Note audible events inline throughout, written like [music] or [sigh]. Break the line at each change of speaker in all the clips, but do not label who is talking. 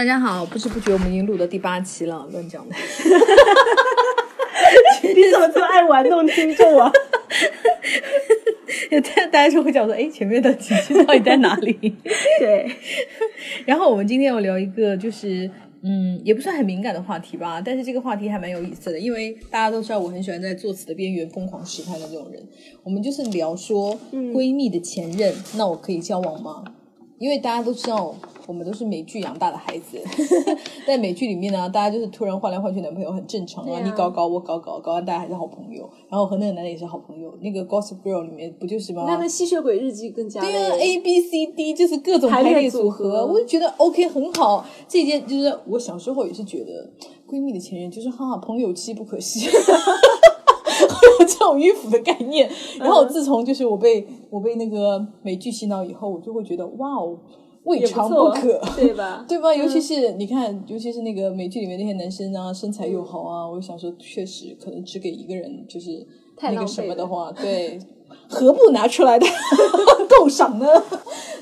大家好，不知不觉我们已经录到第八期了，乱讲的。 [laughs]
[laughs] 你怎么这么爱玩弄听众
[laughs]
啊？
大家大家就会讲说，哎，前面的几期到底在哪里？
对，
然后我们今天要聊一个，就是嗯，也不算很敏感的话题吧，但是这个话题还蛮有意思的，因为大家都知道我很喜欢在作词的边缘疯狂试探的这种人。我们就是聊说
嗯
闺蜜的前任，那我可以交往吗？因为大家都知道，我们都是美剧养大的孩子， [laughs] 在美剧里面呢，大家就是突然换来换去男朋友很正常
对啊
你搞搞我搞搞，搞完大家还是好朋友，然后和那个男的也是好朋友。那个《Gossip Girl》里面不就是吗？
那那吸血鬼日记更加
对啊哎呀、
累
a B C D 就是各种排
排列
列
组
组合，
合
我就觉得 OK 很好。这件就是我小时候也是觉得闺蜜的前任就是哈哈朋友妻不可惜，会 [laughs] 有这种迂腐的概念。然后
嗯
自从就是我被我被那个美剧洗脑以后，我就会觉得哇哦，未
也
尝
错
不可。
[laughs] 对吧？
对吧？尤其是、你看，尤其是那个美剧里面那些男生啊，身材又好啊，我就想说，确实可能只给一个人就是
嗯太
那个
浪
什
费
么的
了
话，对，何不拿出来的共赏
[laughs]
呢？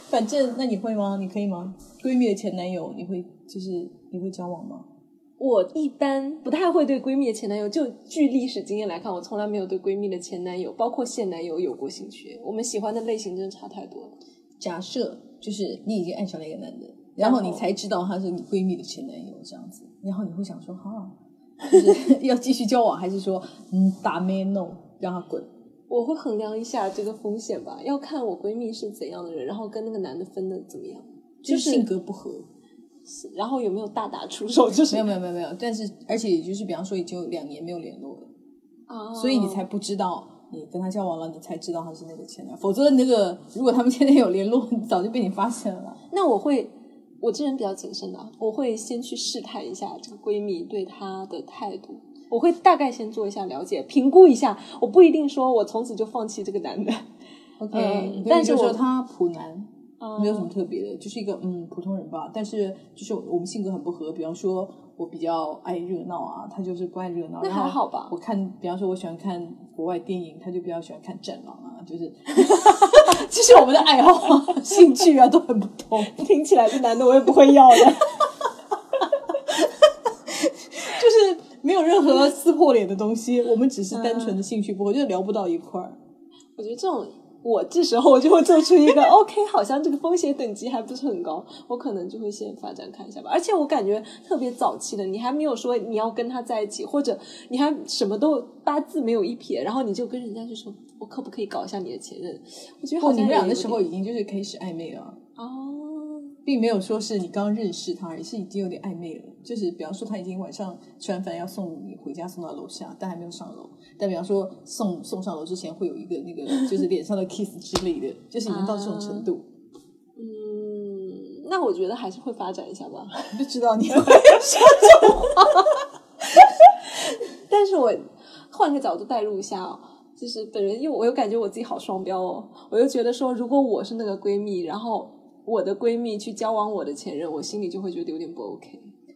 反正那你会吗？你可以吗？闺蜜的前男友，你会就是你会交往吗？
我一般不太会对闺蜜的前男友，就据历史经验来看，我从来没有对闺蜜的前男友，包括现男友有过兴趣。我们喜欢的类型真的差太多了。
假设就是你已经爱上了一个男的，然后你
然后
才知道他是你闺蜜的前男友这样子，然后你会想说哈，就是 [laughs] 要继续交往，还是说嗯打 man no 让他滚？
我会衡量一下这个风险吧，要看我闺蜜是怎样的人，然后跟那个男的分的怎么样，
就
就是是
性格不合。
然后有没有大打出手，就是
没有没有没有没有，但是而且也就是比方说已经有两年没有联络了，
啊，
所以你才不知道你跟他交往了，你才知道他是那个前男友。否则那个如果他们现在有联络，你早就被你发现了。
那我会，我这人比较谨慎的啊，我会先去试探一下这个闺蜜对她的态度，我会大概先做一下了解，评估一下，我不一定说我从此就放弃这个男的， [laughs] 嗯
你
但是
就说
我
他普男，
啊
没有什么特别的，就是一个嗯普通人吧。但是就是我们性格很不合，比方说我比较爱热闹啊，他就是不爱热闹。
那
然后
还好吧
我看，比方说我喜欢看国外电影，他就比较喜欢看《战狼》啊， [laughs] 就是就是我们的爱好啊、兴趣啊都很不同。
听起来这男的我也不会要的。
就是没有任何撕破脸的东西，我们只是单纯的兴趣不合，就是聊不到一块儿。
我觉得这种，我这时候我就会做
[laughs]
出一个 OK，好像这个风险等级还不是很高，我可能就会先发展看一下吧。而且我感觉特别早期的，你还没有说你要跟他在一起，或者你还什么都八字没有一撇，然后你就跟人家就说，我可不可以搞一下你的前任？我觉得好
哦，你
像
们俩
也
那
有
时
点
候已经就是开始暧昧了，
哦，
并没有说是你刚认识他，而是已经有点暧昧了。就是比方说他已经晚上吃完饭要送你回家，送到楼下，但还没有上楼。但比方说送送上楼之前会有一个那个 [laughs] 就是脸上的 kiss 之类的，就是已经到这种程度，
嗯，那我觉得还是会发展一下吧。
你就知道你
[laughs] 但是我换个角度代入一下哦，就是本人，因为我又感觉我自己好双标哦，我又觉得说，如果我是那个闺蜜，然后我的闺蜜去交往我的前任，我心里就会觉得有点不 OK，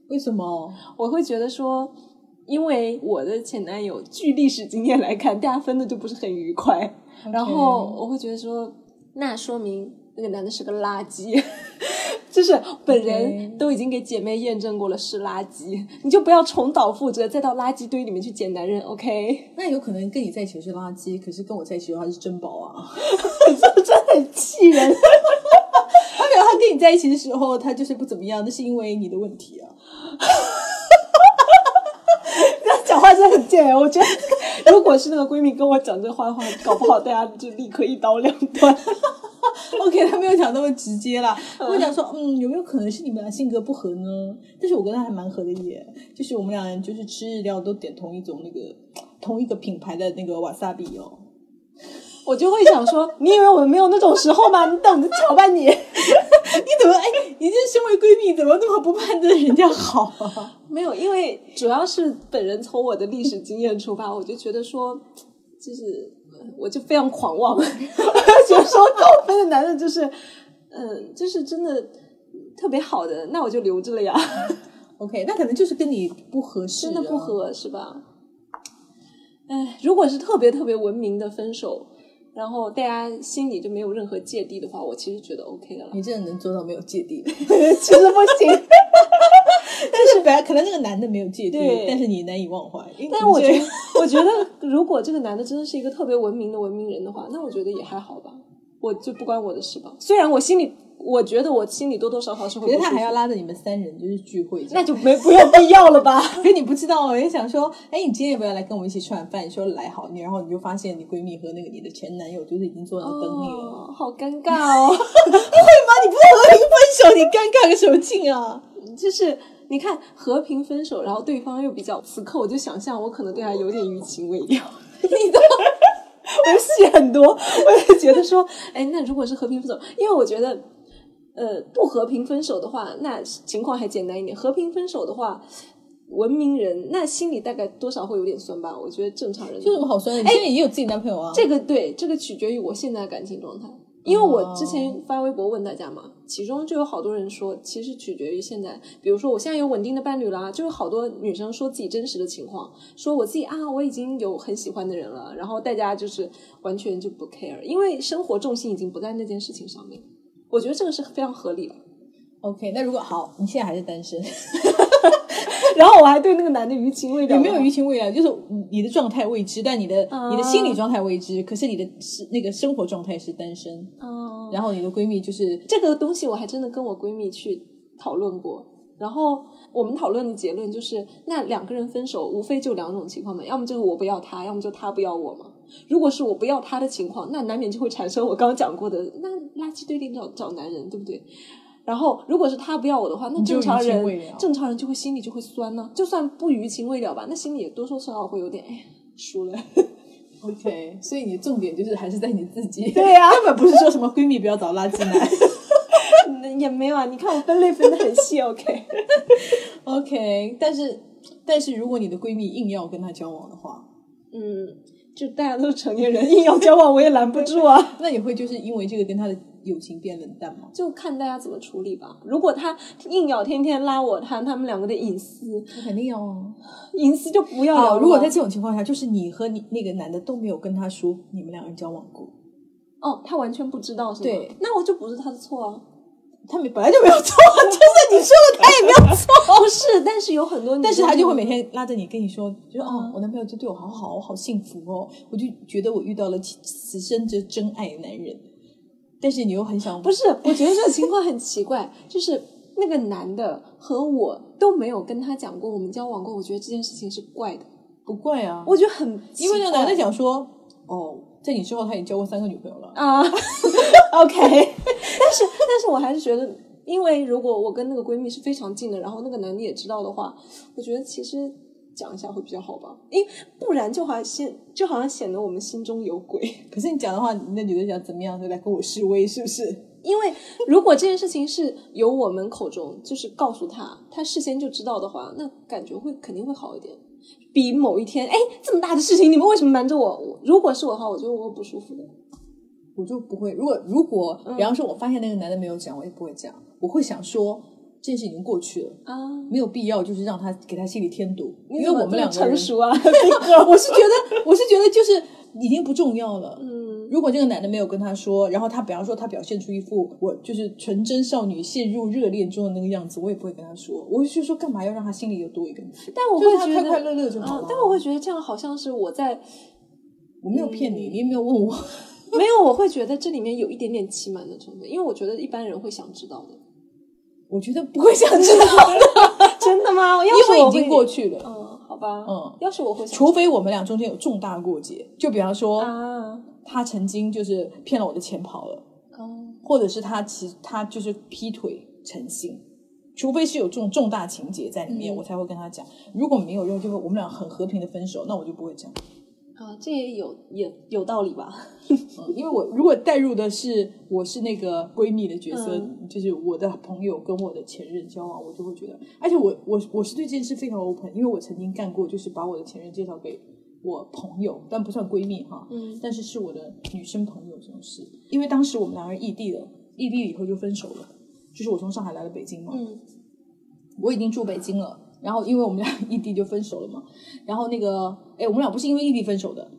为什么？
我会觉得说。因为我的前男友，据历史经验来看，大家分的就不是很愉快。然后我会觉得说，那说明那个男的是个垃圾， [laughs] 就是本
OK
人都已经给姐妹验证过了是垃圾，你就不要重蹈覆辙，再到垃圾堆里面去捡男人，OK？
那有可能跟你在一起的是垃圾，可是跟我在一起的话是珍宝啊。
这真的很气人。
他没有，他跟你在一起的时候，他就是不怎么样，那是因为你的问
[laughs]
题啊。
他讲话真的很贱，我觉得 [laughs] 如果是那个闺蜜跟我讲这话的话，搞不好大家就立刻一刀两断。
OK，他没有讲那么直接啦，我讲说，嗯，有没有可能是你们俩性格不合呢？但是我跟他还蛮合的耶，就是我们俩人就是吃日料都点同一种那个同一个品牌的那个瓦萨比哦。
我就会想说， [laughs] 你以为我们没有那种时候吗？你等着瞧吧你。 [laughs]
你怎么哎，你这身为闺蜜怎么那么不盼着人家好
[laughs]
啊？
没有，因为主要是本人从我的历史经验出发，我就觉得说，就是呃我就非常狂妄， [laughs] 我就觉得说高分的男的就是，嗯，就是真的特别好的，那我就留着了呀，
OK，那可能就是跟你不合适、啊
真的不。合是吧？哎，如果是特别特别文明的分手，然后大家心里就没有任何芥蒂的话，我其实觉得
[laughs]
OK 的了。 [laughs]
你真的能做到没有芥蒂吗？
其实不行，
但是本来可能这个男的没有芥蒂
对，
但是你难以忘怀。因为
但我
你
觉
这
得，我觉得如果这个男的真的是一个特别文明的文明人的话，那我觉得也还好吧，我就不关我的事吧。虽然我心里，我觉得我心里多多少少是
我
会不
觉得
舒
他还
服，
要拉着你们三人就是聚会这样， [laughs]
那就没不要必要了吧。
可是你不知道，我也想说，哎，你今天要不要来跟我一起吃晚饭？你说来好，你然后你就发现你闺蜜和那个你的前男友就是已经坐在那等你了。
哦，好尴尬哦。
对吗？你 [laughs] 不是和平分手，你尴尬个什么劲啊？ [laughs]
就是你看和平分手，然后对方又比较，此刻我就想象我可能对他有点余情 [laughs] 未了，
你的
我就戏很多，我也觉得说，哎，那如果是和平分手，因为我觉得，呃，不和平分手的话，那情况还简单一点；和平分手的话，文明人那心里大概多少会有点酸吧。我觉得正常人
有什么好酸的？你现在已经有自己男朋友啊？
这个对，这个取决于我现在的感情状态。因为我之前
哦
发微博问大家嘛，其中就有好多人说，其实取决于现在，比如说我现在有稳定的伴侣啦，就有好多女生说自己真实的情况，说我自己啊，我已经有很喜欢的人了，然后大家就是完全就不 care，因为生活重心已经不在那件事情上面，我觉得这个是非常合理的。 [laughs]
OK，那如果好，你现在还是单身，
然后我还对那个男的余情未了，
有 [laughs] 没有余情未了？就是你的状态未知，但你的、啊你的心理状态未知，可是你的是那个生活状态是单身，
嗯
然后你的闺蜜就是
这个东西我还真的跟我闺蜜去讨论过，然后我们讨论的结论就是，那两个人分手无非就两种情况嘛，要么就是我不要他，要么就他不要我嘛。如果是我不要他的情况，那难免就会产生我刚刚讲过的，那垃圾堆里找找男人，对不对？然后如果是他不要我的话，那
你就
正常
余情未
人
了
正常人就会心里就会酸呢、就算不余情未了吧，那心里也多多少少会有点哎输了。
OK，所 [laughs] 以你的重点就是还是在你自 [laughs] 己。
对 [laughs] 呀
根本不是说什么闺蜜不要找垃圾男。 [laughs]
也没有啊，你看我分类分的很细，OK。
OK，但是但是如果你的闺蜜硬要跟他交往的话，
嗯，就大家都是成年人，硬要交往我也拦不住啊。
那你会就是因为这个跟他的友情变冷淡吗？
[laughs] 就看大家怎么处理吧。如果他硬要天天拉我谈他们两个的隐私，
那肯定要啊。
隐私就不要聊
哦，
了。
如果在这种情况下，就是你和你那个男的都没有跟他说你们两人交往过，
哦，他完全不知道是吗？
对，
那我就不是他的错 [laughs] 啊。
他们本来就没有错，就是你说的他也没有错，
不哦是，但是有很多
[laughs]
女生，
但是他就会每天拉着你跟你说，就说哦，我男朋友就对我好好，我好幸福哦，我就觉得我遇到了此此生这真爱的男人，但是你又很想
不是，我觉得这个情况很奇怪，就是那个男的和我都没有跟他讲过我们交往过，我觉得这件事情是怪的，
不怪啊，
我觉得很奇
因为那个男的
怪
讲说，哦，在你之后他已经交过三个女朋友了，
啊，OK，但是但是我还是觉得，因为如果我跟那个闺蜜是非常近的，然后那个男的也知道的话，我觉得其实讲一下会比较好吧，因不然就好像显就好像显得我们心中有鬼。
可是你讲的话，那女的想怎么样，就来跟我示威，是不是？
因为如果这件事情是由我们口中就是告诉他，他事先就知道的话，那感觉会肯定会好一点。比某一天，哎，这么大的事情，你们为什么瞒着我？我如果是我的话，我觉得我会不舒服的。
我就不会。如果如果，
嗯
比方说，我发现那个男的没有讲，我也不会讲，我会想说这件事已经过去了，
啊，
没有必要就是让他给他心里添堵，因为
你怎么
我们
这么
两个人
成，熟
[laughs]
啊， [laughs]
我是觉得我是觉得就是已经不重要了。
嗯，
如果这个男的没有跟他说，然后他比方说他表现出一副我就是纯真少女陷入热恋中的那个样子，我也不会跟他说，我就说干嘛要让他心里有多一根刺？
但我
就
会
是他
觉得
快快乐乐就好
啊
了。
但我会觉得这样好像是我在
我没有骗你，你也没有问我。
没有，我会觉得这里面有一点点欺瞒的成分，因为我觉得一般人会想知道的。
我觉得不会想知道的，
真的吗？要
因
是
为
我
已经
会
过，去了。
嗯，好吧，
嗯
要是我会想
除非我们俩中间有重大过节，就比方说、
啊，
他曾经就是骗了我的钱跑了，
哦，
或者是他其他就是劈腿成性，除非是有这种重大情节在里面，
嗯
我才会跟他讲。如果没有，然后就会我们俩很和平的分手，那我就不会讲。
啊，这也有也有道理吧？
嗯因为我如果带入的是我是那个闺蜜的角色，
嗯
就是我的朋友跟我的前任交往，我就会觉得，而且我我我是对这件事非常 open，因为我曾经干过，就是把我的前任介绍给我朋友，但不算闺蜜哈，
嗯，
但是是我的女生朋友这种事，因为当时我们两个人异地了，异地以后就分手了，就是我从上海来了北京嘛，
嗯
我已经住北京了，然后因为我们俩 [laughs] 异地就分手了嘛，然后那个，哎，我们俩不是因为异地分手的，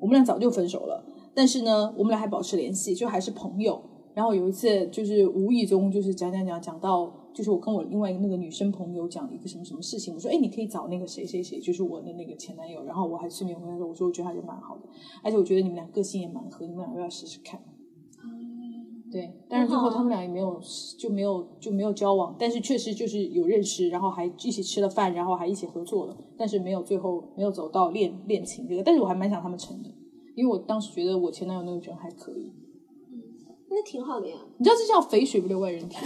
我们俩早就分手了。但是呢，我们俩还保持联系，就还是朋友。然后有一次就是无意中就是讲讲讲讲到，就是我跟我另外一个那个女生朋友讲一个什么什么事情，我说哎，你可以找那个谁谁谁，就是我的那个前男友。然后我还顺便跟他说，我说我觉得他人蛮好的，而且我觉得你们俩个性也蛮合，你们俩要不要试试看？
嗯
对，但是最后他们俩也没有就没有就没有交往，但是确实就是有认识，然后还一起吃了饭，然后还一起合作了，但是没有最后没有走到恋恋情这个，但是我还蛮想他们成的，因为我当时觉得我前男友那个人还可以。
那挺好的呀。
你知道这叫肥水不流外人
[laughs]
田，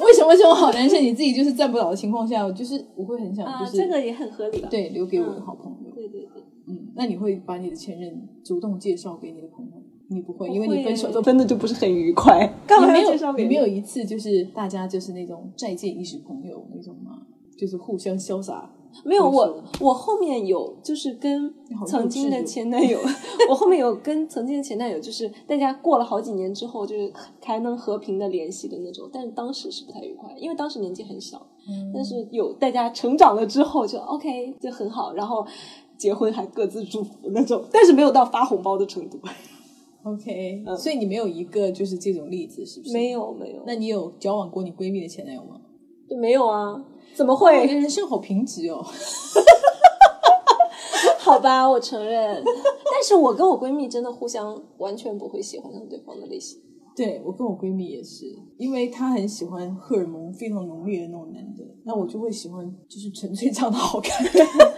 为什么这种好男生你自己就是站不倒的情况下，我就是我会很想
啊，
就是、
这个也嗯很合理吧？
对留给我的好朋友。
对对对，
嗯，那你会把你的前任主动介绍给你的朋友？你不会，因为
不会
你分手都
真的就不是很愉快， [laughs] 干
你
嘛
没
要介绍
有
别
你
人？
没有一次就是大家就是那种再见一时朋友那种吗？就是互相潇洒。
没有，
我
我我后面有就是跟
你好幼
曾经
稚
的
哟
前男 [laughs] 友，我后面有跟曾经的前男友，就是大家过了好几年之后，就是还能和平的联系的那种，但是当时是不太愉快，因为当时年纪很小，但是有大家成长了之后就 OK 就很好，然后结婚还各自祝福那种，但是没有到发红包的程度，
OK，、
嗯
所以你没有一个就是这种例子，是不是？
没。有没有，啊
那你有交往过你闺蜜的前男友吗？
就没有啊，怎么
我的
会？ [laughs]
人生好贫瘠哦。 [laughs]
好吧，我承认，但是我跟我闺蜜真的互相完全不会喜欢上对方的类型。
对我跟我闺蜜也是，因为她很喜欢荷尔蒙非常浓烈的那种男的，那我就会喜欢就是纯粹长得好看的。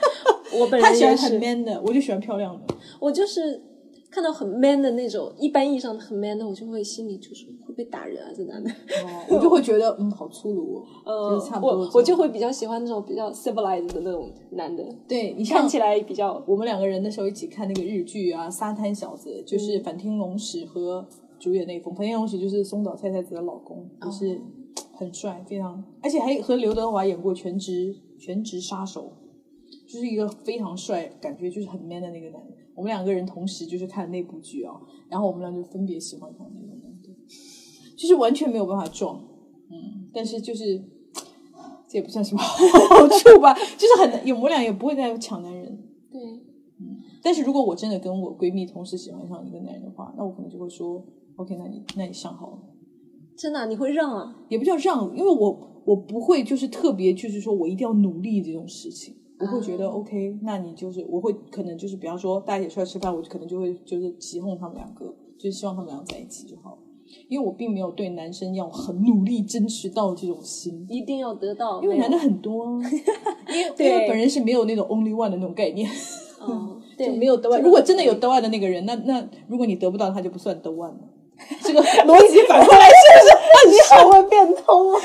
我本
她
人
喜
也
欢很
是，
man 的，我就喜欢漂亮的。
我就是看到很 man 的那种，一般意义上的很 man 的，我就会心里就是会被打人啊，在哪里？
哦，我就会觉得嗯，好粗鲁哦。
[laughs] 呃
就是差，不多
我
这
我
种
就会比较喜欢那种比较 civilized 的那种男的，
对你像
看起来比较
我们两个人那时候一起看那个日剧啊，《沙滩小子》，就是反町隆史和主演那一封。反町隆史就是松岛菜菜子的老公，就是很帅，非常，而且还和刘德华演过全职《全职杀手》，就是一个非常帅，感觉就是很 man 的那个男人。我们两个人同时就是看那部剧啊，然后我们俩就分别喜欢上那个男的，就是完全没有办法撞，嗯，但是就是。这也不算什么 [laughs] 好处吧，就是很难，我们俩也不会再抢男人，
对。
但是如果我真的跟我闺蜜同时喜欢上一个男人的话，那我可能就会说，OK，那你那你上好了，
真的啊、你会让啊？
也不叫让，因为我我不会就是特别就是说我一定要努力这种事情，我会
嗯
觉得、OK，那你就是我会可能就是比方说大家一起出来吃饭，我就可能就会就是起哄他们两个，就是希望他们俩在一起就好了，因为我并没有对男生要很努力争取到这种心。
一定要得到，
因为
没
男
有
的很多啊，
[laughs]
因为
对
因为本人是没有那种 only one 的那种概念，
[laughs] 嗯，
就
对，
没有得
这
万。
个
如果真的有
对
得万的那个人，那那如果你得不到，他就不算得万了。这个逻辑反过来是不是？
你好哦会变通啊！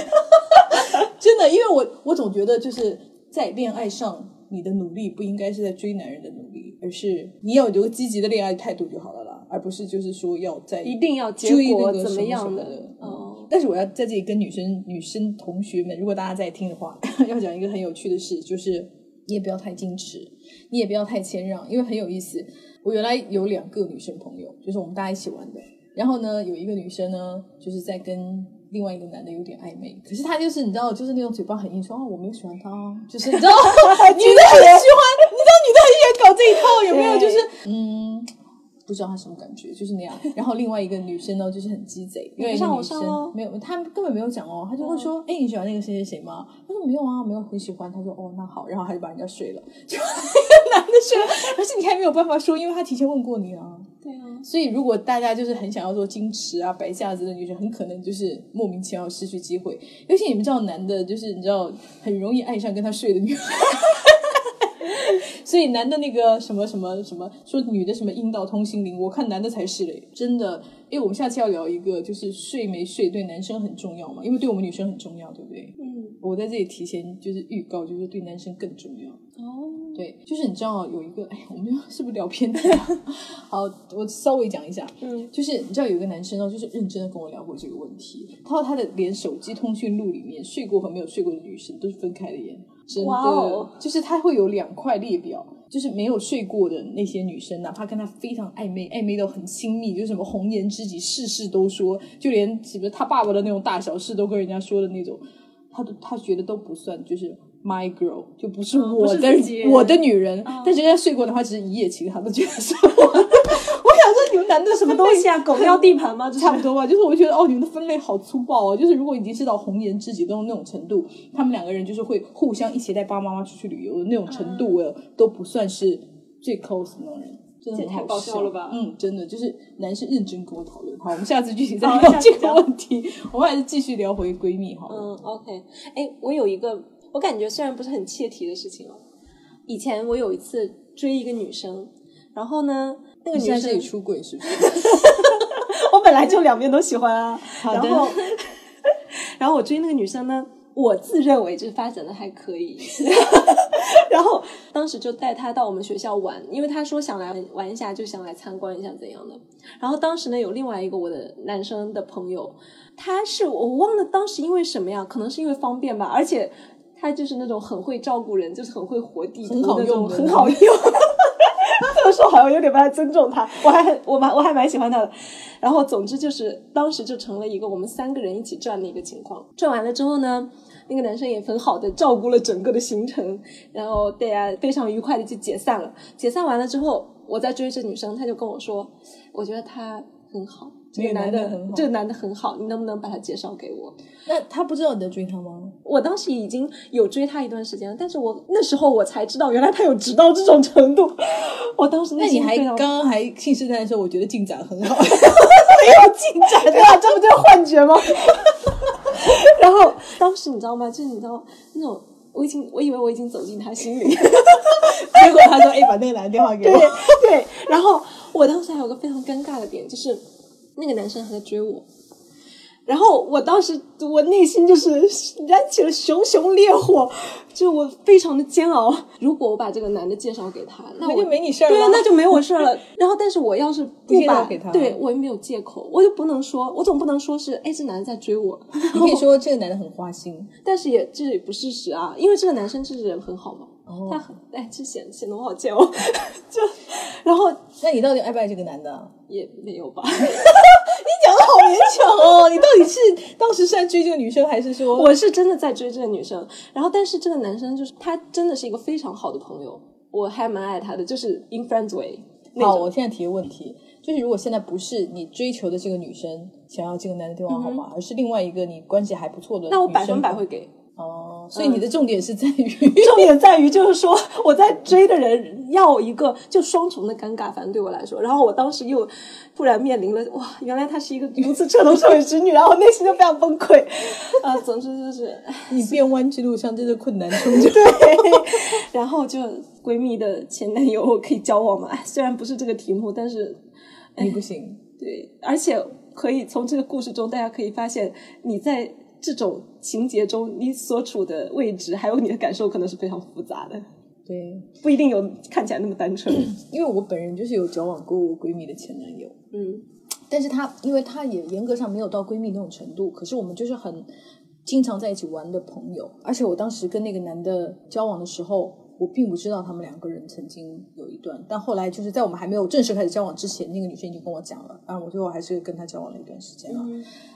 真的，因为我我总觉得就是在恋爱上，你的努力不应该是在追男人的努力，而是你要有个积极的恋爱态度就好了啦，而不是就是说要在
[laughs] 一定要结
追
果
那个
怎
什
么
么
样
什么
的
的。
哦 [laughs]
嗯，但是我要在这里跟女生女生同学们，如果大家在听的话， [laughs] 要讲一个很有趣的事，就是你也不要太矜持，你也不要太谦让，因为很有意思。我原来有两个女生朋友，就是我们大家一起玩的。然后呢，有一个女生呢，就是在跟另外一个男的有点暧昧，可是她就是你知道，就是那种嘴巴很硬，说啊我没有喜欢他啊，就是你知道女的很喜欢，你知道女的很喜欢搞这一套，有没有？
对
就是嗯，不知道她什么感觉，就是
[laughs]
那样。然后另外一个女生呢，就是很鸡贼，因为
你
那
上
女
我上嗯
生
咯
没有，她根本没有讲哦，她就会说，哎、你喜欢那个谁谁谁吗？她说没有啊，没有很喜欢。她说哦，那好，然后她就把人家睡了，就 [laughs] 那个男的睡了， [laughs] 而且你还没有办法说，因为他提前问过你啊。
[laughs] 对啊，
所以，如果大家就是很想要做矜持啊、白架子的女生，很可能就是莫名其妙失去机会。尤其你们知道，男的就是你知道很容易爱上跟他睡的女孩。所以男的那个什么什么什么，说女的什么阴道通心灵，我看男的才是嘞，真的。哎，我们下次要聊一个，就是睡没睡对男生很重要嘛，因为对我们女生很重要，对不对？
嗯，
我在这里提前就是预告，就是对男生更重要。
哦，
对，就是你知道有一个，哎，我们又是不是聊偏题了？啊好，我稍微讲一下，
嗯， [laughs]
就是你知道有一个男生呢，就是认真的跟我聊过这个问题，他说他的连手机通讯录里面睡过和没有睡过的女生都是分开的耶，真的，
哇哦
就是他会有两块列表。就是没有睡过的那些女生，哪怕跟他非常暧昧，暧昧到很亲密，就是什么红颜知己，事事都说，就连什么他爸爸的那种大小事都跟人家说的那种，他都他觉得都不算，就是 my girl，就不是
嗯不
我
是
的、
自己
我的女人。
嗯
但人家睡过的话，只是一夜情，他都觉得是我。 [laughs] 我想说你们男的什
什
么
么
东
东
西
西
啊？
啊？狗尿地盘吗？这
差不
是
多吧，就是我觉得哦，你们的分类好粗暴哦。就是如果已经知道红颜知己都那种程度，他们两个人就是会互相一起带爸爸妈妈出去旅游的那种程度，我都不算是最 close 的那种人。真的
这也
很
太
好
搞
笑
笑了吧
嗯，真的就是男生认真跟我讨论。好，我们下次具体再
好
聊
下次
这个
聊
问题。我们还是继续聊回闺蜜好了。
嗯
嗯，OK，哎，我有一个，我感觉虽然不是很切题的事情哦，以前我有一次追一个女生，然后呢，那个
你
女
现在
生
这里出轨是不是？
[laughs]
我本来就两边都喜欢啊。
的
然后，然后我追那个女生呢，
我自认为就是发展的还可以， [laughs]
然后
当时就带她到我们学校玩，因为她说想来玩一下，就想来参观一下怎样的。然后当时呢，有另外一个我的男生的朋友，他是我忘了当时因为什么呀，可能是因为方便吧，而且他就是那种很会照顾人，就是很会活地图
很好
那种
用的
很
人
好用。 [laughs]
这么说好像有点不太尊重她，我还很我蛮我还蛮喜欢她的。
然后总之就是当时就成了一个我们三个人一起转的一个情况。转完了之后呢，那个男生也很好的照顾了整个的行程，然后大家非常愉快的就解散了。解散完了之后，我在追这女生，她就跟我说，我觉得他很好。这
那
个
个男
男的，
的很好
这个男的很好，你能不能把他介绍给我？
那他不知道你在追他吗？
我当时已经有追他一段时间了，但是我那时候我才知道，原来他有直到这种程度。 [laughs] 我当时
那
内
你
心
还
非常
刚刚还信誓旦旦说我觉得进展 [laughs] 很好，
进展对
啊
吧？这不就是幻觉吗？
[laughs] 然后当时你知道吗？就是你知道那种，我已经我以为我已经走进他心里， [laughs]
结果他说哎把那个男的电话给我。 [laughs]
对对。然后我当时还有个非常尴尬的点，就是那个男生还在追我，
然后我当时我内心就是燃起了熊熊烈火，就我非常的煎熬。
如果我把这个男的介绍给他，那
那
我
就没你事儿了。
对啊，那就没
没
我
我
事
事
儿
儿
了
[laughs]
了。。然后，但是我要是
不
不
介绍
把，
给他
对我也没有借口，我就不能说，我总不能说是，哎，这男的在追我， [laughs]
你可以说这个男的很花心，
但是也这也不事实啊，因为这个男生就是人很好嘛，
哦
他很，哎，这显显得我好贱哦， [laughs] 就，然后
那你到底爱不爱这个男的啊？
也没有吧。
你讲的好勉强哦，你到底是当时是在追这个女生，还是说
我是真的在追这个女生，然后但是这个男生就是他真的是一个非常好的朋友，我还蛮爱他的，就是 in friends way 那
好，
种。
我现在提个问题，就是如果现在不是你追求的这个女生想要这个男的电话号码，而是另外一个你关系还不错的，
那我百分百会。给。
哦，所以你的重点 [laughs] 是在于，
重点在于就是说，
我在追的人要一个就双重的尴尬，反正对我来说，然后我当时又突然面临了哇，原来他是一个如
如
此
此彻头彻尾直女，然后内心就非常崩溃。
啊，总之就是，唉
你变弯之路上真的困难重重。 [laughs]
然后就闺蜜的前男友可以交往嘛？唉虽然不是这个题目，但是
你不行，
对，而且可以从这个故事中，大家可以发现你在这种情节中，你所处的位置还有你的感受，可能是非常复杂的，
对，
不一定有看起来那么单纯。
因为我本人就是有交往过我闺蜜的前男友，
嗯，
但是她因为她也严格上没有到闺蜜那种程度，可是我们就是很经常在一起玩的朋友。而且我当时跟那个男的交往的时候，我并不知道他们两个人曾经有一段，但后来就是在我们还没有正式开始交往之前，那个女生已经跟我讲了，当然我最后还是跟她交往了一段时间了。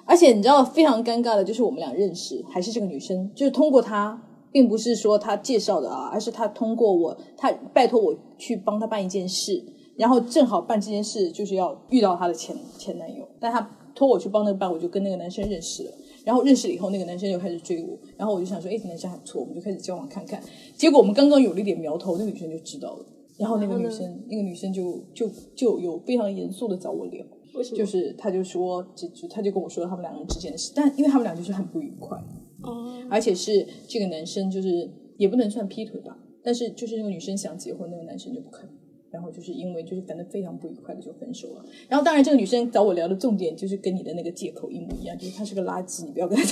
而且你知道非常尴尬的就是我们俩认识，还是这个女生，就是通过她。并不是说她介绍的啊，而是她通过我，她拜托我去帮她办一件事，然后正好办这件事就是要遇到她的前前男友，但她托我去帮那个办，我就跟那个男生认识了。然后认识了以后，那个男生就开始追我，然后我就想说，哎，这男生还不错，我们就开始交往看看。结果我们刚刚有了一点苗头，那个女生就知道了，然后那个女生，那个女生就就就有非常严肃的找我聊，
为什么？
就是她就说，就就她就跟我说他们两个人之间的事，但因为他们俩就是很不愉快，
哦，
而且是这个男生就是也不能算劈腿吧，但是就是那个女生想结婚，那个男生就不肯，然后就是因为就是反正非常不愉快的就分手了。然后当然这个女生找我聊的重点就是跟你的那个借口一模一样，就是他是个垃圾，你不要跟他在一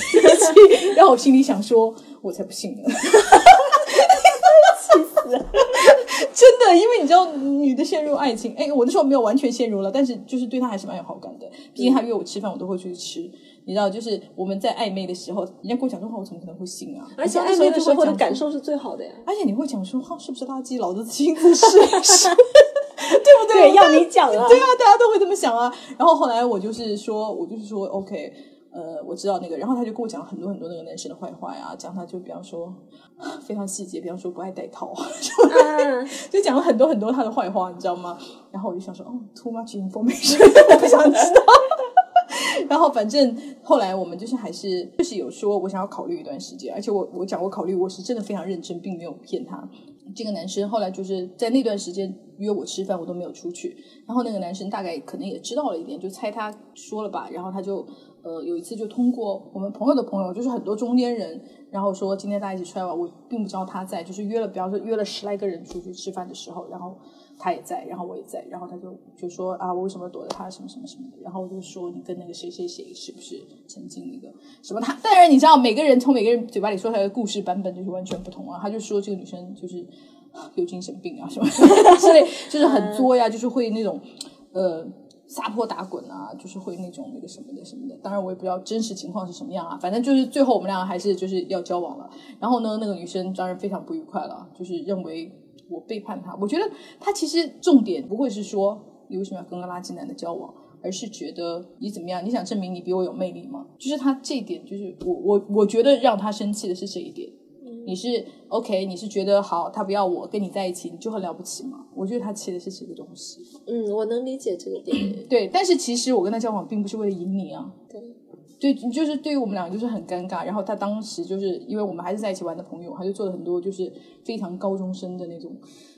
起。然后我心里想说，我才不信
[laughs]
呢。真的，因为你知道，女的陷入爱情，哎，我那时候没有完全陷入了，但是就是对她还是蛮有好感的。毕竟她约我吃饭，我都会出去吃。你知道，就是我们在暧昧的时候，人家跟我讲这话，我怎么可能会信啊？
而且
你
暧
知道
昧
那
的
时
时
候
候
就
的
会讲说
感受是最好 [laughs] 的呀。
而且你会讲说，哈、是不是垃圾？老子亲
[laughs]
自试一试，对不对？
对，要你讲啊。
对啊，大家都会这么想啊。然后后来我就是说，我就是说，OK，呃，我知道那个，然后他就跟我讲很多很多那个男生的坏话呀，讲他就比方说非常细节，比方说不爱戴套， [laughs]
嗯，
就讲了很多很多他的坏话，你知道吗？然后我就想说，哦，too much
[laughs]
information，我不想知道。 [laughs] 然后反正后来我们就是还是就是有说我想要考虑一段时间，而且我我讲我考虑我是真的非常认真，并没有骗他。这个男生后来就是在那段时间约我吃饭，我都没有出去。然后那个男生大概可能也知道了一点，就猜他说了吧。然后他就呃有一次就通过我们朋友的朋友，就是很多中间人，然后说今天大家一起出来玩，我并不知道他在，就是约了，比方说约了十来个人出去吃饭的时候，然后他也在，然后我也在，然后他就就说啊我为什么躲着他什么什么什么的，然后我就说你跟那个谁谁谁是不是曾经那个什么他？当然你知道每个人从每个人嘴巴里说出来的故事版本就是完全不同啊。他就说这个女生就是。有精神病啊什么 [laughs] 之类，就是很作呀，就是会那种呃撒泼打滚啊，就是会那种那个什么的什么的。当然我也不知道真实情况是什么样啊，反正就是最后我们俩还是就是要交往了。然后呢，那个女生当然非常不愉快了，就是认为我背叛她。我觉得她其实重点不会是说你为什么要跟个垃圾男的交往。而是觉得你怎么样？你想证明你比我有魅力吗？就是她这一点，就是我我我觉得让她生气的是这一点。你是 OK，你是觉得好，他不要我跟你在一起，你就很了不起吗？我觉得他气的是这个东西。
嗯，我能理解这个
[laughs]
点。
对，但是其实我跟他交往并不是为了赢你啊。
对。
对，就是对于我们俩就是很尴尬。然后他当时就是因为我们还是在一起玩的朋友，他就做了很多就是非常高中生的那种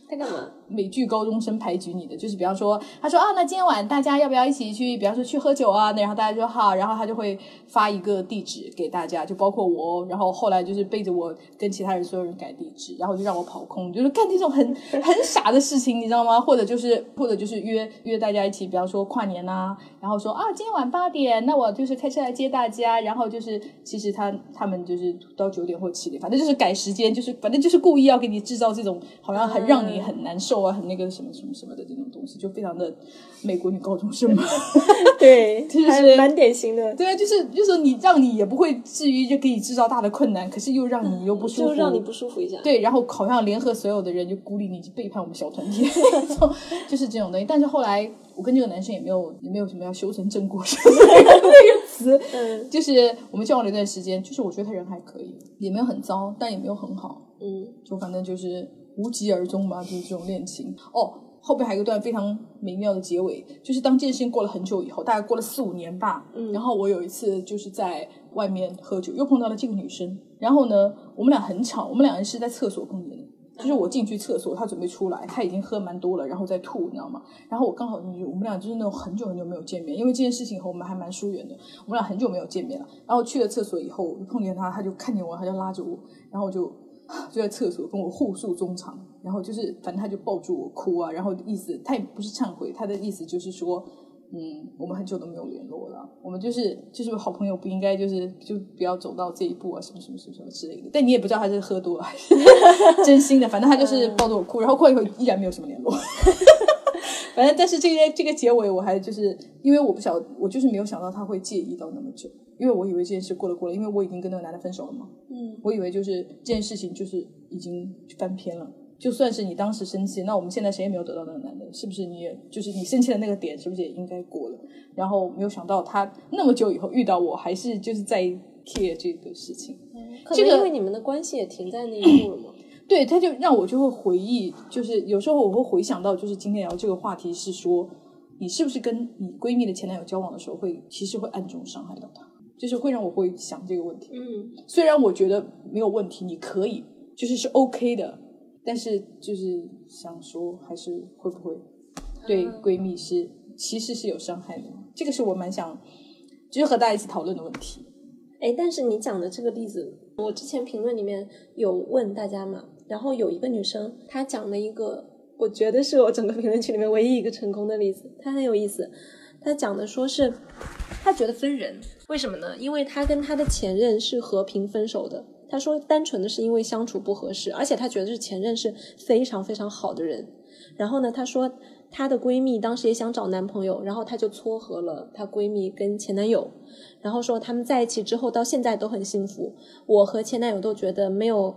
他干
[laughs]
嘛？
美剧高中生排挤你的，就是比方说，他说啊，那今天晚大家要不要一起去，比方说去喝酒啊？那然后大家说好，然后他就会发一个地址给大家，就包括我哦。然后后来就是背着我跟其他人所有人改地址，然后就让我跑空，就是干这种很很傻的事情，你知道吗？或者就是或者就是约约大家一起，比方说跨年呐、然后说啊，今天晚八点，那我就是开车来接大家，然后就是其实他他们就是到九点或七点，反正就是改时间，就是反正就是故意要给你制造这种好像很让你很难受啊，很那个什么什么什么的这种东西，就非常的美国女高中
[laughs]
生嘛。
对，
就是
还蛮典型的，
对啊，就是就是你让你也不会至于就给你制造大的困难，可是又让你又不舒服，
就让你不舒服一下。
对，然后好像联合所有的人就孤立你，就背叛我们小团体，就就是这种东西。但是后来我跟这个男生也没有也没有什么要修成正果什么的那个词，
嗯
就是我们交往了一段时间，就是我觉得他人还可以，也没有很糟，但也没有很好，
嗯，
就反正就是无疾而终吧，就是这种恋情。哦，后边还有一段非常美妙的结尾，就是当这件事情过了很久以后，大概过了四五年吧，
嗯
然后我有一次就是在外面喝酒，又碰到了这个女生，然后呢，我们俩很吵，我们两人是在厕所碰见的。就是我进去厕所，她准备出来，她已经喝蛮多了，然后再吐，你知道吗？然后我刚好进去，我们俩就是那种很久很久没有见面，因为这件事情和我们还蛮疏远的，我们俩很久没有见面了。然后去了厕所以后，我就碰见她，她就看见我，她就拉着我，然后我就就在厕所跟我互诉衷肠，然后就是反正他就抱住我哭啊，然后意思他也不是忏悔，他的意思就是说，嗯，我们很久都没有联络了，我们就是就是好朋友不应该就是就不要走到这一步啊，什么什么什么什么之类的。但你也不知道他是喝多了还是 [laughs] 真心的，反正他就是抱着我哭，然后过一会儿依然没有什么联络。反正，但是这个这个结尾，我还就是因为我不晓，我就是没有想到他会介意到那么久，因为我以为这件事过了过了，因为我已经跟那个男的分手了嘛。
嗯，
我以为就是这件事情就是已经翻篇了。就算是你当时生气，那我们现在谁也没有得到那个男的，是不是你也？就是你生气的那个点，是不是也应该过了？然后没有想到他那么久以后遇到我，还是就是在 care 这个事情。
可
嗯
这
能
个
因为你们的关系也停在那一步了嘛。
对，他就让我就会回忆，就是有时候我会回想到，就是今天聊这个话题是说，你是不是跟你闺蜜的前男友交往的时候会，其实会暗中伤害到他，就是会让我会想这个问题。
嗯，
虽然我觉得没有问题，你可以，就是是 OK 的，但是就是想说，还是会不会对闺蜜是其实是有伤害的？这个是我蛮想，就是和大家一起讨论的问题。
哎，但是你讲的这个例子，我之前评论里面有问大家嘛，然后有一个女生她讲了一个，我觉得是我整个评论区里面唯一一个成功的例子，她很有意思。她讲的说是，她觉得分人，为什么呢？因为她跟她的前任是和平分手的。她说，单纯的是因为相处不合适，而且她觉得是前任是非常非常好的人。然后呢，她说她的闺蜜当时也想找男朋友，然后她就撮合了她闺蜜跟前男友，然后说他们在一起之后到现在都很幸福。我和前男友都觉得没有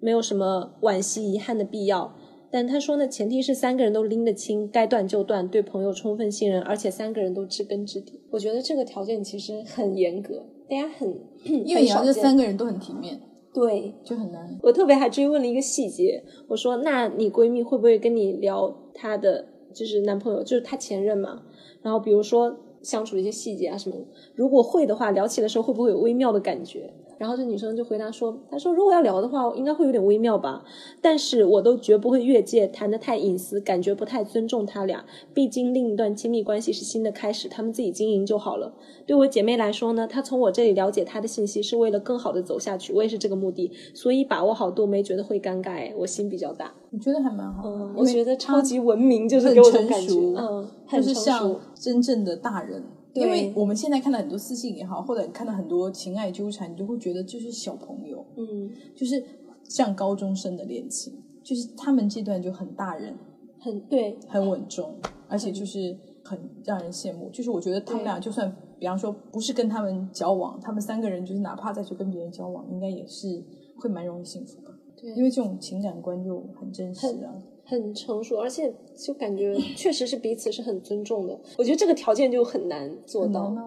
没有什么惋惜遗憾的必要。
但他说呢，前提是三个人都拎得清，该断就断，对朋友充分信任，而且三个人都知根知底。我觉得这个条件其实很严格，大家很 [clears throat]
因为你要
嗯很
这
少见
三个人都很体面，
对
就很难。
我特别还追问了一个细节，我说：“那你闺蜜会不会跟你聊她的就是男朋友，就是她前任嘛？然后比如说相处的一些细节啊什么的，如果会的话，聊起的时候会不会有微妙的感觉？”然后这女生就回答说：“她说如果要聊的话，应该会有点微妙吧，但是我都绝不会越界，谈得太隐私，感觉不太尊重他俩。毕竟另一段亲密关系是新的开始，他们自己经营就好了。对我姐妹来说呢，她从我这里了解她的信息是为了更好的走下去，我也是这个目的，所以把握好度没觉得会尴尬，哎我心比较大。
我觉得还蛮好，
嗯，
因
我
为
觉得超级文明，就是
很
给我的
成
感觉，
熟
嗯，
就
很
是
成
像
熟，
真正的大人。
对
因为我们现在看到很多私信也好，或者你看到很多情爱纠缠，你就会觉得就是小朋友，
嗯，
就是像高中生的恋情，就是他们这段就很大人，
很对，
很稳重，而
嗯
且就是很让人羡慕。就是我觉得他们俩就算，比方说不是跟他们交往，他们三个人就是哪怕再去跟别人交往，应该也是会蛮容易幸福吧。
对
因为这种情感观就很真实啊。
很成熟，而且就
[laughs]
感觉确实是彼此是很尊重的。我觉得这个条件就很难做到。
呢，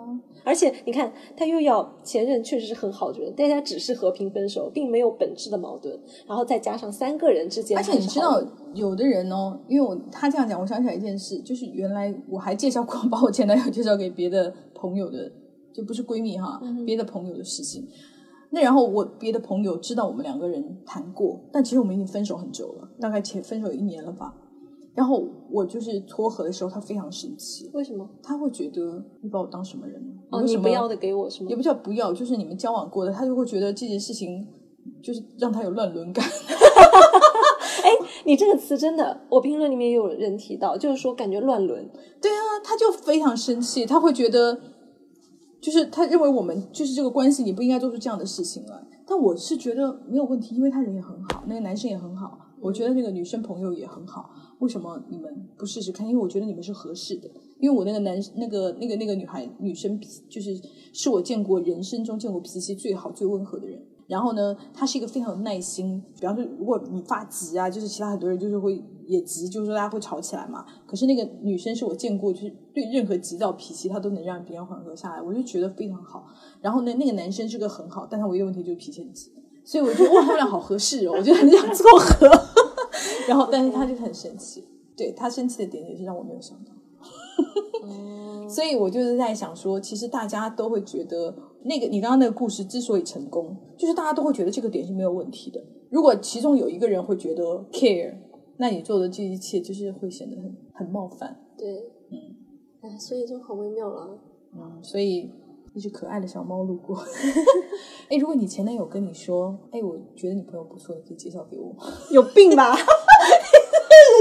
而且你看，他又要前任确实是很好的人，大家只是和平分手，并没有本质的矛盾，然后再加上三个人之间
而
还是
且
好的，
你知道，有的人哦，因为我他这样讲，我想起来一件事，就是原来我还介绍过， [laughs] 把我前男友介绍给别的朋友的，就不是闺蜜哈，
嗯
别的朋友的事情。那然后我别的朋友知道我们两个人谈过，但其实我们已经分手很久了，大概前分手有一年了吧。然后我就是撮合的时候，他非常生气，
为什么？
他会觉得你把我当什么人了？
哦，
为
你
什么
不要的给我是吗
也？不叫不要，就是你们交往过的，他就会觉得这件事情就是让他有乱伦感。
哎，你这个词真的，我评论里面也有人提到，就是说感觉乱伦，
对啊，他就非常生气，他会觉得，就是他认为我们就是这个关系，你不应该做出这样的事情来。但我是觉得没有问题，因为他人也很好，那个男生也很好，我觉得那个女生朋友也很好。为什么你们不试试看？因为我觉得你们是合适的。因为我那个男那个那个那个女孩女生脾，就是是我见过人生中见过脾气最好、最温和的人。然后呢，她是一个非常有耐心。比方说，如果你发急啊，就是其他很多人就是会也急，就是说大家会吵起来嘛。可是那个女生是我见过，就是对任何急躁脾气，她都能让别人缓和下来，我就觉得非常好。然后呢，那个男生是个很好，但他唯一的问题就是脾气很急，所以我觉得哇，他们俩好合适哦，我觉得很想撮合。 [laughs] 然后，但是他就很生气，对他生气的点也是让我没有想到。所以我就是在想说，其实大家都会觉得那个你刚刚那个故事之所以成功，就是大家都会觉得这个点是没有问题的。如果其中有一个人会觉得 care，那你做的这一切就是会显得很很冒犯。
对，嗯，哎，所以就很微妙了。啊
嗯，所以一只可爱的小猫路过。 [laughs] 哎，如果你前男友跟你说，哎，我觉得你朋友不错，你可以介绍给我吗。 [laughs]
有病 [laughs] 吧？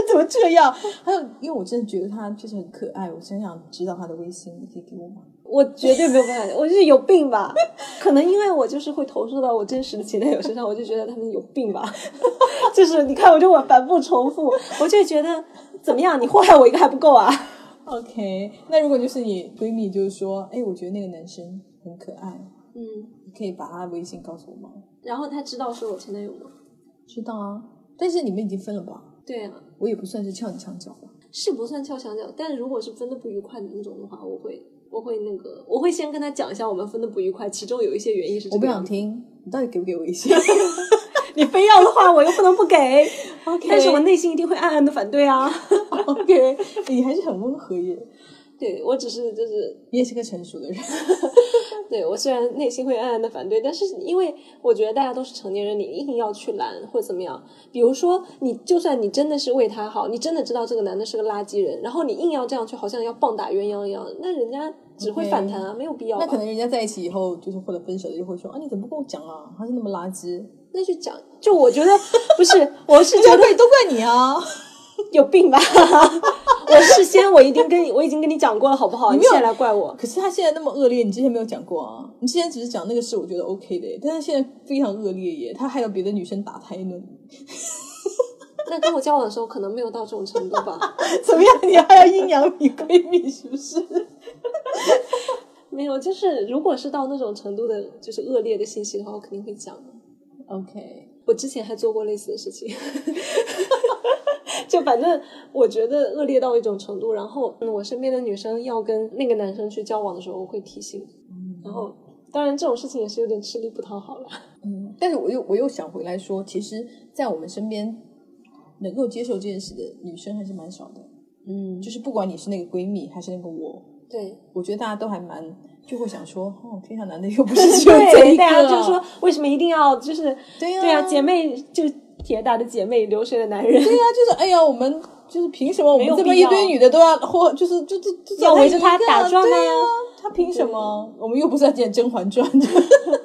怎么这样？还有，因为我真的觉得他就是很可爱，我真想知道他的微信，你可以给我吗？
我绝对没有办法，我就是有病吧？ [laughs] 可能因为我就是会投射到我真实的前男友身上，我就觉得他们有病吧。 [laughs] 就是你看，我就我反复重复，我就觉得怎么样？你祸害我一个还不够啊？
OK，那如果就是你闺蜜就是说，哎，我觉得那个男生很可爱，
嗯，
你可以把他微信告诉我吗？
然后他知道是我前男友吗？
知道啊，但是你们已经分了吧？
对啊，
我也不算是撬你墙角吧。
是不算敲墙角，但如果是分的不愉快的那种的话，我会我会那个，我会先跟他讲一下我们分的不愉快，其中有一些原因是这
我不
个样
想
子。
听，你到底给不给我微 [laughs] 信？
你非要的话，我又不能不 [laughs] 给。
OK
但是我内心一定会暗暗的反对啊。
[laughs] OK，你还是很温和耶，
对我只是就是
你也是个成熟的人。
对我虽然内心会暗暗的反对，但是因为我觉得大家都是成年人，你硬要去拦或怎么样，比如说你就算你真的是为他好，你真的知道这个男的是个垃圾人，然后你硬要这样去，好像要棒打鸳鸯一样，那人家只会
OK
反弹啊，没有必要吧
那可能人家在一起以后，就是或者分手了，就会说啊，你怎么不跟我讲啊？他是那么垃 [laughs] 圾，
那就讲，就我觉得不是，我是觉
都 [laughs]
得
怪都怪你啊！
有病吧。 [laughs] 我事先我一定跟你我已经跟你讲过了，好不好？
你
你
没有
现在来怪我，
可是他现在那么恶劣，你之前没有讲过啊？你之前只是讲那个是我觉得 OK 的耶，但是现在非常恶劣耶，他还有别的女生打胎呢。
那跟我交往的时候可能没有到这种程度吧，
[laughs]
[laughs]
怎么样？你还要阴阳你闺蜜是不是？
没有，就是如果是到那种程度的，就是恶劣的信息的话，我肯定会讲的。
OK，
我之前还做过类似的事情， [laughs] 就反正我觉得恶劣到一种程度。然后、嗯我身边的女生要跟那个男生去交往的时候，我会提醒。然后当然这种事情也是有点吃力不讨好了。
嗯，但是我又我又想回来说，其实，在我们身边能够接受这件事的女生还是蛮少的。
嗯，
就是不管你是那个闺蜜还是那个我，
[laughs] 对。
我觉得大家都还蛮就会想说，哦，天下男的又 [laughs] 不是只有这
对，
一个
大
啊，
家就说为什么一定要就是
对呀、
对啊，姐妹就铁打的姐妹，流水的男人，
对呀、就是哎呀，我们就是凭什么我
没有
们这么
必
一
要
堆女的都要或就是就就就
要围着
她
她打转
呢、
呢
对啊？她凭什么？我们又不是在演《甄嬛传》
[laughs]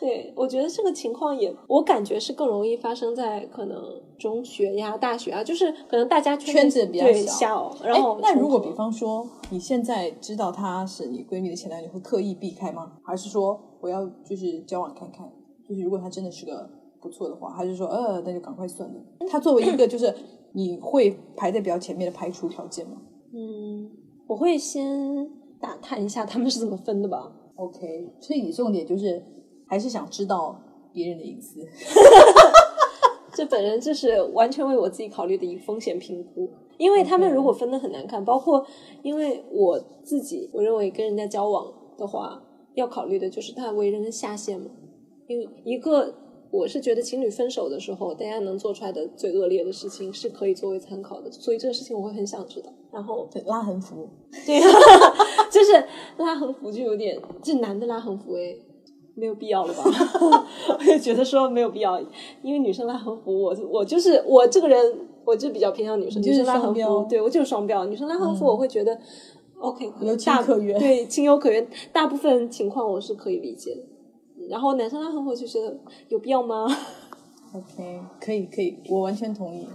对，我觉得这个情况也，我感觉是更容易发生在可能中学呀、大学啊，就是可能大家圈
圈子比较
对
小
小，然后
哎那
冲
如果
突
比方说你现在知道她是你闺蜜的前男友，你会刻意避开吗？还是说我要就是交往看看？就是如果他真的是个不错的话，还是说呃那就赶快算了？他作为一个就是你会排在比较前面的排除条件吗
嗯，我会先打探一下他们是怎么分的吧。
？OK，所以你重点就是还是想知道别人的隐私。
这本人就是完全为我自己考虑的一个风险评估，因为他们
OK
如果分的很难看，包括因为我自己，我认为跟人家交往的话，要考虑的就是他为人的下限嘛。因为一个，我是觉得情侣分手的时候，大家能做出来的最恶劣的事情是可以作为参考的，所以这个事情我会很想知道。然后
对拉横幅，
对，啊 [laughs] 就是拉横幅就有点，这男的拉横幅哎，没有必要了吧？ [laughs] 我就觉得说没有必要，因为女生拉横幅，我我就是我这个人，我就比较偏向女生，
你就是
女生拉横
双标
幅，对我就是双标，女生拉横幅我会觉得。OK，
有情
大
可原
对，情有可原。大部分情况我是可以理解的，然后男生拉横幅就觉得有必要吗？
OK，可以可以，我完全同意。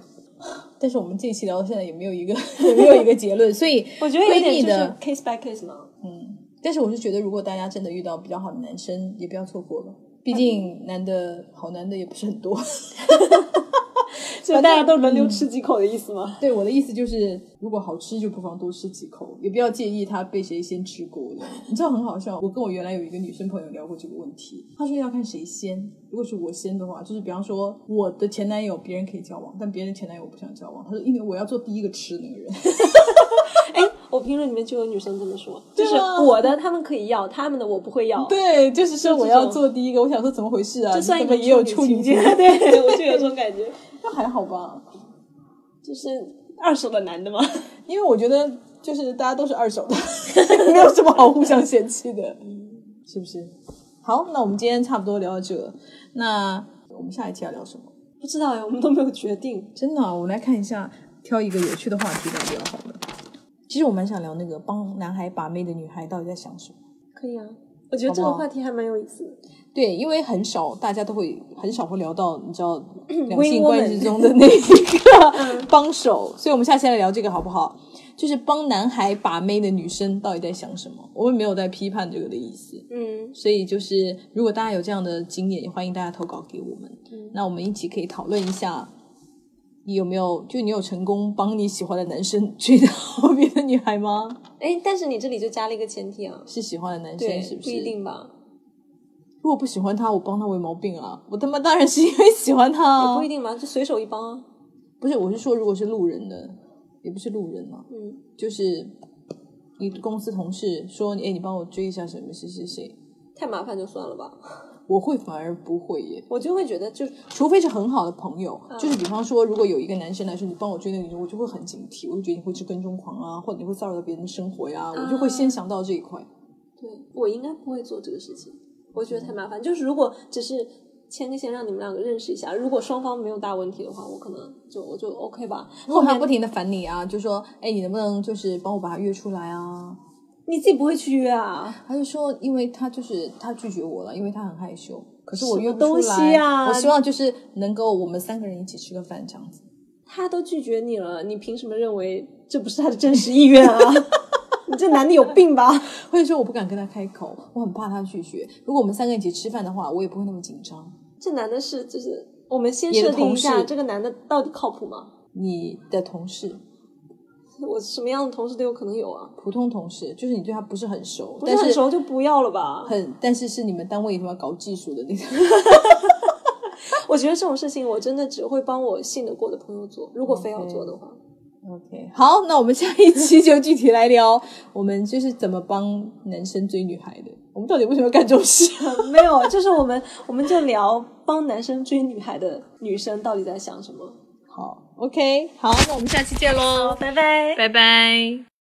但是我们这期聊到现在也没有一 [laughs] 个也没有一个结论，所以
我觉得有
闺蜜
点就是
的
case by case 嘛。
嗯。但是我是觉得，如果大家真的遇到比较好的男生，也不要错过了，毕竟男的好男的也不是很多。 [laughs]
就大家都轮流吃几口的意思吗？
对我的意思就是，如果好吃就不妨多吃几口，也不要介意他被谁先吃过的。你知道很好笑，我跟我原来有一个女生朋友聊过这个问题，她说要看谁先。如果是我先的话，就是比方说我的前男友别人可以交往，但别人的前男友我不想交往。她说因为我要做第一个吃那个人。
哦哎，我评论里面就有女生这么说，
对
就是
啊
我的他们可以要，他们的我不会要。，
[laughs] 对，就是说我要
这种
做第一个，我想说怎么回事啊？
这算一
怎么
个
也有处女
情节
情，
对，我就有这种感觉，
[laughs] 那还好吧，
就是二手的男的嘛。
因为我觉得就是大家都是二 [laughs] 手的，没有什么好互相嫌弃的，嗯是不是？好，那我们今天差不多聊到这了，那我们下一期要聊什么？
[laughs] 不知道哎，我们都没有决定。
真的啊、我们来看一下，挑一个有趣的话题来聊好了。其实我蛮想聊那个帮男孩把妹的女孩到底在想什么。
可以啊，我觉得这
好不好
个话题还蛮有意思的。
对，因为很少，大家都会很少会聊到，你知
[clears throat]
道两
Wing
性关系
woman 嗯
中的那一
[laughs]
个 [laughs] 帮手，所以我们下期来聊这个好不好？就是帮男孩把妹的女生到底在想什么？我们没有在批判这个的意思，
嗯，
所以就是如果大家有这样的经验，也欢迎大家投稿给我们，
嗯
那我们一起可以讨论一下，你有没有就你有成功帮你喜欢的男生追到 [laughs] 别的女孩吗？
哎，但是你这里就加了一个前提啊，
是喜欢的男生
对，
是不
不
是？
一定吧，
如果不喜欢他，我帮他没毛病啊！我他妈当然是因为喜欢他、啊，
也不一定吧，就随手一帮啊。
不是，我是说，如果是路人的，也不是路人嘛，
嗯，
就是你公司同事说，哎，你帮我追一下什么谁谁谁，
太麻烦就算了吧，
我会反而不会耶，
我就会觉得就
除非是很好的朋友，就是比方说，如果有一个男生来说，你帮我追那个女生，我就会很警惕，我就觉得你会是跟踪狂啊，或者你会骚扰到别人的生活呀、我就会先想到这一块。
对我应该不会做这个事情，我觉得太麻烦。就是如果只是牵个线让你们两个认识一下，如果双方没有大问题的话，我可能就我就 OK 吧。
如果他不停的烦你啊，就说，哎，你能不能就是帮我把他约出来啊？
你自己不会去约啊？
他就说，因为他就是他拒绝我了，因为他很害羞。可是我约不
什
出
么东
来，
西啊
我希望就是能够我们三个人一起吃个饭这样子。
他都拒绝你了，你凭什么认为这不是他的真实意愿啊？ [laughs] 你这男的有病吧？
或者说我不敢跟他开口，我很怕他拒绝。如果我们三个一起吃饭的话，我也不会那么紧张。
这男的是就是我们先
你的
设定一
同
下
事
这个男的到底靠谱吗？
你的同事，
我什么样的同事都有可能有啊，
普通同事，就是你对他不是很熟，
不是
但
很
是
熟就不要了吧。 [laughs]
很但是是你们单位里头要搞技术的那个，
我觉得这种事情我真的只会帮我信得过的朋友做，如果非要做的话。
OK，好，那我们下一期就具体来聊，我们就是怎么帮男生追女孩的。我们到底为什么要干这种事？
没有，就是我们我们就聊帮男生追女孩的女生到底在想什么。
好，OK，好，那我们下期见喽，
拜拜。
拜拜。